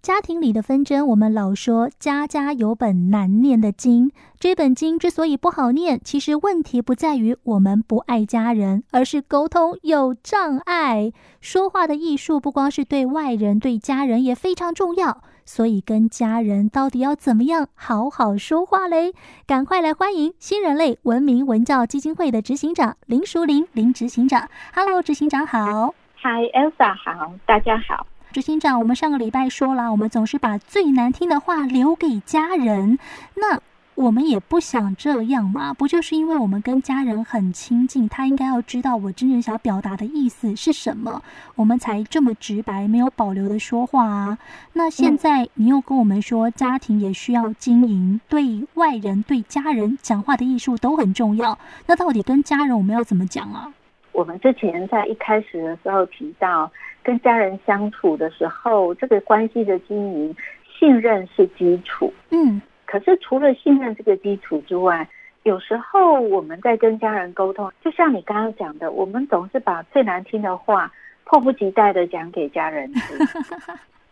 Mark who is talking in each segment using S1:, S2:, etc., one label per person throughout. S1: 家庭里的纷争，我们老说家家有本难念的经。这本经之所以不好念，其实问题不在于我们不爱家人，而是沟通有障碍。说话的艺术不光是对外人，对家人也非常重要。所以，跟家人到底要怎么样好好说话嘞？赶快来欢迎新人类文明文教基金会的执行长林淑玲林执行长。Hello，执行长好。
S2: Hi Elsa，好，大家好。
S1: 执行长，我们上个礼拜说了，我们总是把最难听的话留给家人，那我们也不想这样嘛？不就是因为我们跟家人很亲近，他应该要知道我真正想表达的意思是什么，我们才这么直白、没有保留的说话啊。那现在你又跟我们说，家庭也需要经营，对外人、对家人讲话的艺术都很重要。那到底跟家人我们要怎么讲啊？
S2: 我们之前在一开始的时候提到，跟家人相处的时候，这个关系的经营，信任是基础。
S1: 嗯，
S2: 可是除了信任这个基础之外，有时候我们在跟家人沟通，就像你刚刚讲的，我们总是把最难听的话迫不及待的讲给家人听。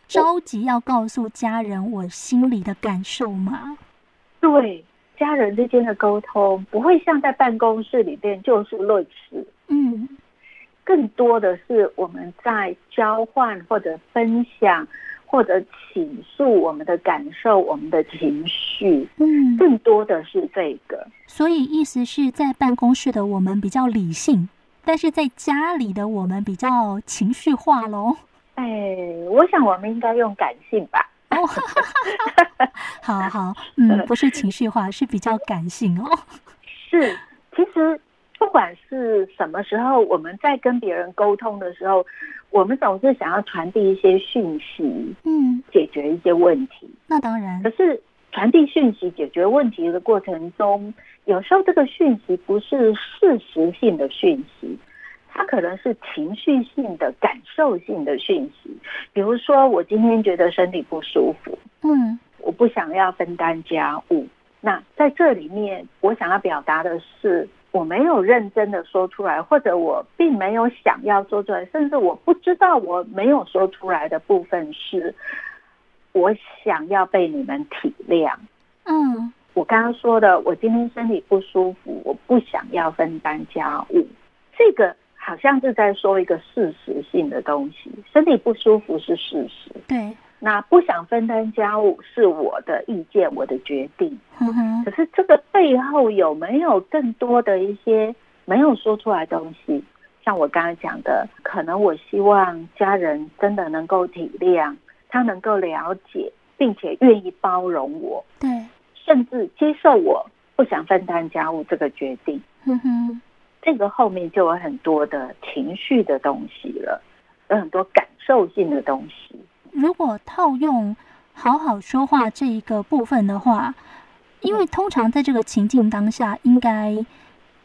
S1: 着急要告诉家人我心里的感受吗？
S2: 对，家人之间的沟通不会像在办公室里面就事论事。
S1: 嗯，
S2: 更多的是我们在交换或者分享，或者倾诉我们的感受、我们的情绪，
S1: 嗯，
S2: 更多的是这个。
S1: 所以意思是在办公室的我们比较理性，但是在家里的我们比较情绪化喽。
S2: 哎，我想我们应该用感性吧。
S1: 哦， 好好，嗯，不是情绪化，是比较感性哦。
S2: 是，其实不管是什么时候，我们在跟别人沟通的时候，我们总是想要传递一些讯息，
S1: 嗯，
S2: 解决一些问题。
S1: 那当然
S2: 可，是传递讯息、解决问题的过程中，有时候这个讯息不是事实性的讯息，它可能是情绪性的、感受性的讯息。比如说，我今天觉得身体不舒服，
S1: 嗯
S2: 我不想要分担家务。那在这里面，我想要表达的是，我没有认真的说出来，或者我并没有想要说出来，甚至我不知道我没有说出来的部分是，我想要被你们体谅。
S1: 嗯
S2: 我刚刚说的，我今天身体不舒服，我不想要分担家务，这个好像是在说一个事实性的东西。身体不舒服是事实，
S1: 对，
S2: 那不想分担家务是我的意见，我的决定。
S1: 哼嗯哼，
S2: 可是这个背后有没有更多的一些没有说出来的东西？像我刚才讲的，可能我希望家人真的能够体谅，他能够了解，并且愿意包容我。
S1: 对，
S2: 甚至接受我不想分担家务这个决定，
S1: 哼嗯哼，
S2: 这个后面就有很多的情绪的东西了，有很多感受性的东西。
S1: 如果套用好好说话这一个部分的话，因为通常在这个情境当下，应该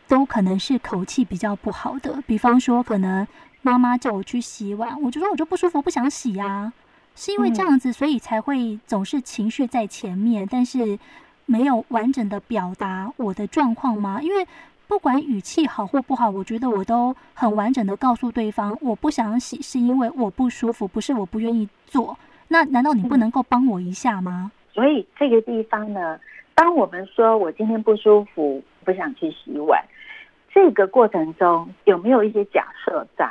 S1: 都可能是口气比较不好的。比方说，可能妈妈叫我去洗碗，我就说我就不舒服，不想洗啊。是因为这样子，所以才会总是情绪在前面，但是没有完整的表达我的状况吗？因为不管语气好或不好，我觉得我都很完整的告诉对方，我不想洗，是因为我不舒服，不是我不愿意做。那难道你不
S2: 嗯
S1: 能够帮我一下吗？
S2: 所以这个地方呢，当我们说我今天不舒服，不想去洗碗，这个过程中有没有一些假设在？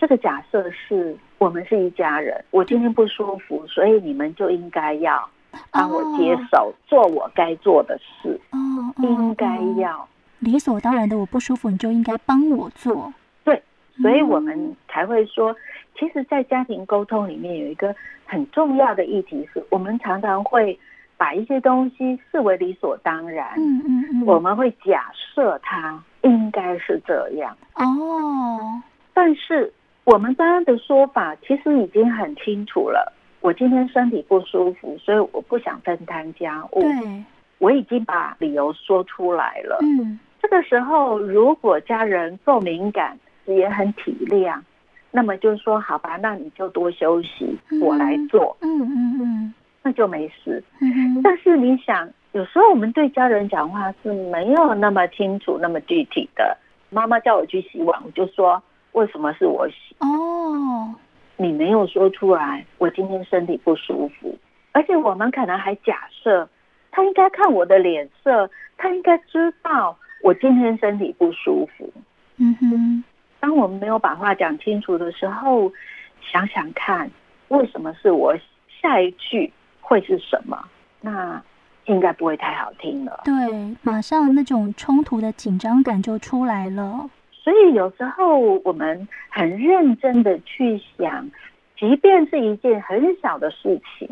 S2: 这个假设是我们是一家人，我今天不舒服，所以你们就应该要帮我接手，做我该做的事，
S1: 哦，哦
S2: 应该
S1: 哦
S2: 要。
S1: 理所当然的，我不舒服，你就应该帮我做。
S2: 对，所以我
S1: 嗯
S2: 们才会说，其实，在家庭沟通里面有一个很重要的议题是，我们常常会把一些东西视为理所当然，
S1: 嗯嗯嗯，
S2: 我们会假设它应该是这样，
S1: 哦，
S2: 但是我们刚刚的说法其实已经很清楚了。我今天身体不舒服，所以我不想分担家
S1: 嗯
S2: 务。
S1: 对，
S2: 我已经把理由说出来了。
S1: 嗯
S2: 这个时候，如果家人够敏感，也很体谅，那么就说好吧，那你就多休息，我来做，
S1: 嗯嗯嗯
S2: 那就没事。
S1: 嗯哼，
S2: 但是你想，有时候我们对家人讲话是没有那么清楚、那么具体的。妈妈叫我去洗碗，我就说为什么是我洗？
S1: 哦，
S2: 你没有说出来，我今天身体不舒服，而且我们可能还假设他应该看我的脸色，他应该知道我今天身体不舒服。
S1: 嗯哼，
S2: 当我们没有把话讲清楚的时候，想想看，为什么是我？下一句会是什么？那应该不会太好听了。
S1: 对，马上那种冲突的紧张感就出来了。
S2: 所以有时候我们很认真的去想，即便是一件很小的事情，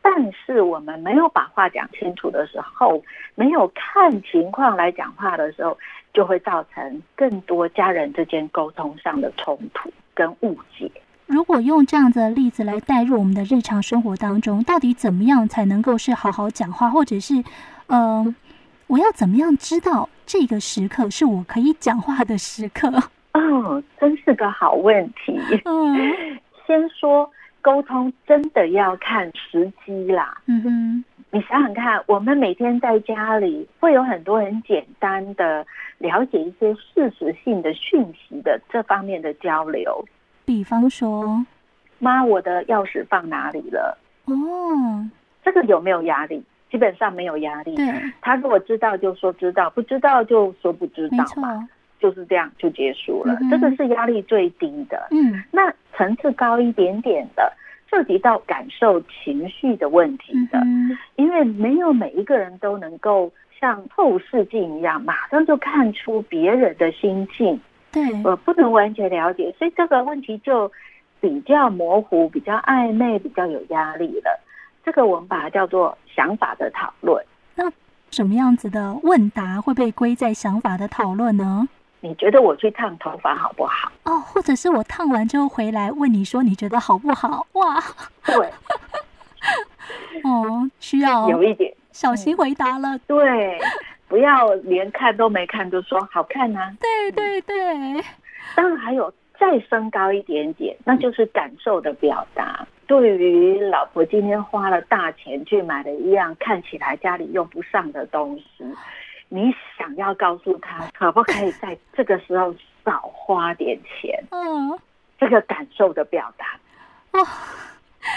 S2: 但是我们没有把话讲清楚的时候，没有看情况来讲话的时候，就会造成更多家人之间沟通上的冲突跟误解。
S1: 如果用这样子的例子来带入我们的日常生活当中，到底怎么样才能够是好好讲话，或者是，嗯、我要怎么样知道这个时刻是我可以讲话的时刻？
S2: 哦，真是个好问题。
S1: 嗯
S2: 先说沟通，真的要看时机啦。
S1: 嗯哼，
S2: 你想想看，我们每天在家里会有很多很简单的了解一些事实性的讯息的这方面的交流。
S1: 比方说，
S2: 妈，我的钥匙放哪里了？
S1: 哦，
S2: 这个有没有压力？基本上没有压力。
S1: 对，
S2: 他如果知道就说知道，不知道就说不知
S1: 没
S2: 道
S1: 错
S2: 嘛，，就是这样就结束了。
S1: 嗯哼
S2: 这个是压力最低的。
S1: 嗯
S2: 那层次高一点点的，涉及到感受情绪的问题
S1: 嗯
S2: 的，
S1: 哼，
S2: 因为没有每一个人都能够像后视镜一样，马上就看出别人的心境，
S1: 对，
S2: 我不能完全了解，所以这个问题就比较模糊、比较暧昧、比较有压力了。这个我们把它叫做想法的讨论。
S1: 什么样子的问答会被归在想法的讨论呢？
S2: 你觉得我去烫头发好 不好？
S1: 哦，或者是我烫完之后回来问你说你觉得好不好？哇，
S2: 对，
S1: 哦，需要
S2: 有一点，
S1: 小心回答了。
S2: 对，不要连看都没看就说好看啊。
S1: 对对对，
S2: 当然还有再升高一点点，那就是感受的表达。对于老婆今天花了大钱去买了一样看起来家里用不上的东西，你想要告诉她可不可以在这个时候少花点钱？
S1: 嗯，
S2: 这个感受的表达，
S1: 哇，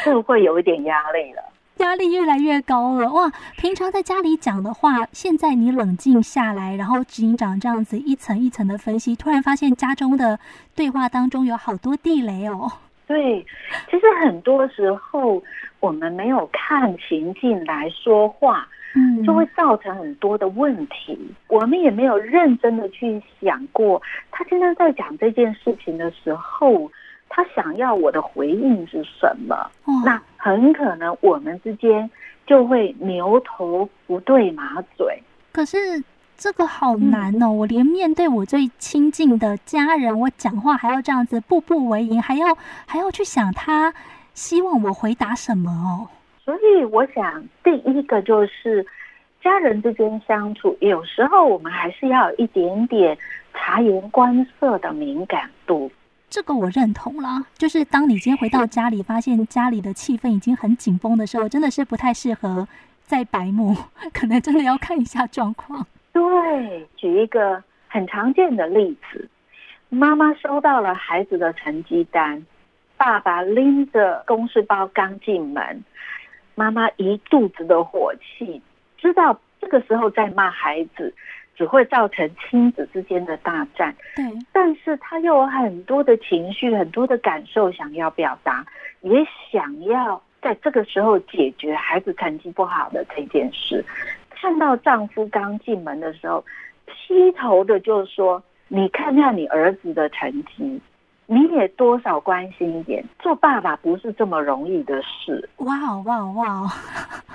S2: 这会有一点压力了。
S1: 压力越来越高了。哇，平常在家里讲的话，现在你冷静下来，然后执行长这样子一层一层的分析，突然发现家中的对话当中有好多地雷哦。
S2: 对，其实很多时候我们没有看情境来说话，
S1: 嗯，
S2: 就会造成很多的问题。我们也没有认真的去想过，他今天在讲这件事情的时候，他想要我的回应是什么？
S1: 哇，
S2: 那很可能我们之间就会牛头不对马嘴。
S1: 可是。这个好难
S2: 嗯
S1: 哦！我连面对我最亲近的家人，我讲话还要这样子步步为营，还要还要去想他希望我回答什么哦。
S2: 所以我想，第一个就是家人之间相处，有时候我们还是要有一点点察言观色的敏感度。
S1: 这个我认同啦，就是当你今天回到家里，发现家里的气氛已经很紧绷的时候，真的是不太适合再白目，可能真的要看一下状况。
S2: 对，举一个很常见的例子，妈妈收到了孩子的成绩单，爸爸拎着公事包刚进门，妈妈一肚子的火气，知道这个时候在骂孩子，只会造成亲子之间的大战。
S1: 对，
S2: 但是他又有很多的情绪、很多的感受想要表达，也想要在这个时候解决孩子成绩不好的这件事。看到丈夫刚进门的时候，劈头的就说：“你看看你儿子的成绩，你也多少关心一点。做爸爸不是这么容易的事。
S1: 哇哦哇哦哇哦！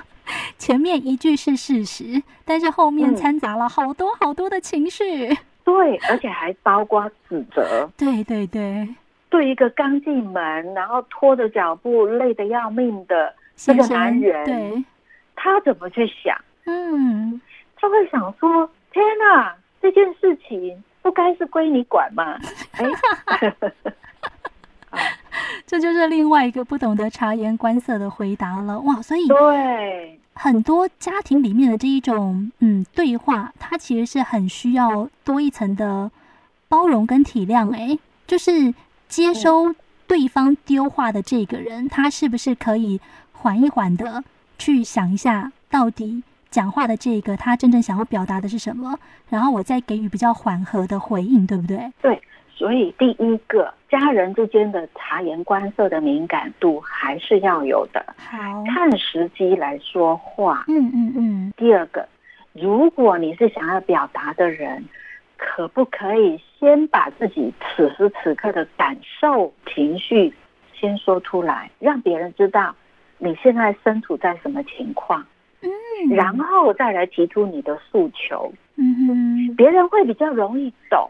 S1: 前面一句是事实，但是后面
S2: 嗯
S1: 掺杂了好多好多的情绪。”
S2: 对，而且还包括指责。
S1: 对对对，
S2: 对一个刚进门，然后拖着脚步、累得要命的这
S1: 先
S2: 个
S1: 生，
S2: 男人，
S1: 对，
S2: 他怎么去想？
S1: 嗯，
S2: 就会想说：天哪，这件事情不该是归你管吗？哎，
S1: 这就是另外一个不懂得察言观色的回答了。哇，所以
S2: 对，
S1: 很多家庭里面的这一种嗯对话，它其实是很需哎要多一层的包容跟体谅，诶，就是接收对方丢话的这个人，他是不是可以缓一缓的去想一下，到底讲话的这个他真正想要表达的是什么，然后我再给予比较缓和的回应，对不对？
S2: 对，所以第一个，家人之间的察言观色的敏感度还是要有的，
S1: 好，
S2: 看时机来说话。
S1: 嗯嗯嗯，
S2: 第二个，如果你是想要表达的人，可不可以先把自己此时此刻的感受、情绪先说出来，让别人知道你现在身处在什么情况，
S1: 嗯
S2: 然后再来提出你的诉求，
S1: 嗯哼，
S2: 别人会比较容易懂。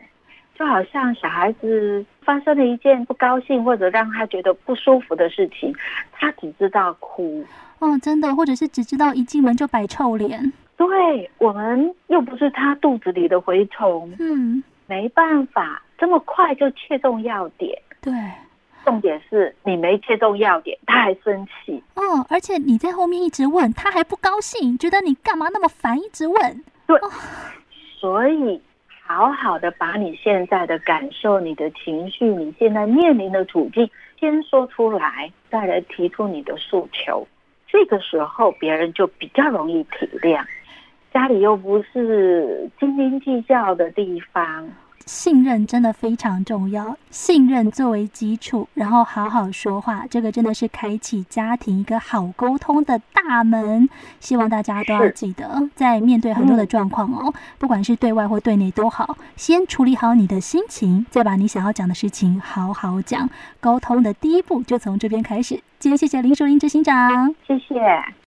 S2: 就好像小孩子发生了一件不高兴或者让他觉得不舒服的事情，他只知道哭，
S1: 哦，真的，或者是只知道一进门就摆臭脸，
S2: 对我们又不是他肚子里的蛔虫，
S1: 嗯，
S2: 没办法这么快就切中要点。
S1: 对，
S2: 重点是你没切中要点，他还生气。
S1: 哦，而且你在后面一直问，他还不高兴，觉得你干嘛那么烦，一直问，
S2: 所以，好好的把你现在的感受、你的情绪、你现在面临的处境先说出来，再来提出你的诉求。这个时候，别人就比较容易体谅。家里又不是斤斤计较的地方，
S1: 信任真的非常重要，信任作为基础，然后好好说话，这个真的是开启家庭一个好沟通的大门。希望大家都要
S2: 是
S1: 记得，在面对很多的状况哦，不管是对外或对内都好，先处理好你的心情，再把你想要讲的事情好好讲。沟通的第一步就从这边开始。今天谢谢林淑玲执行长。
S2: 谢谢。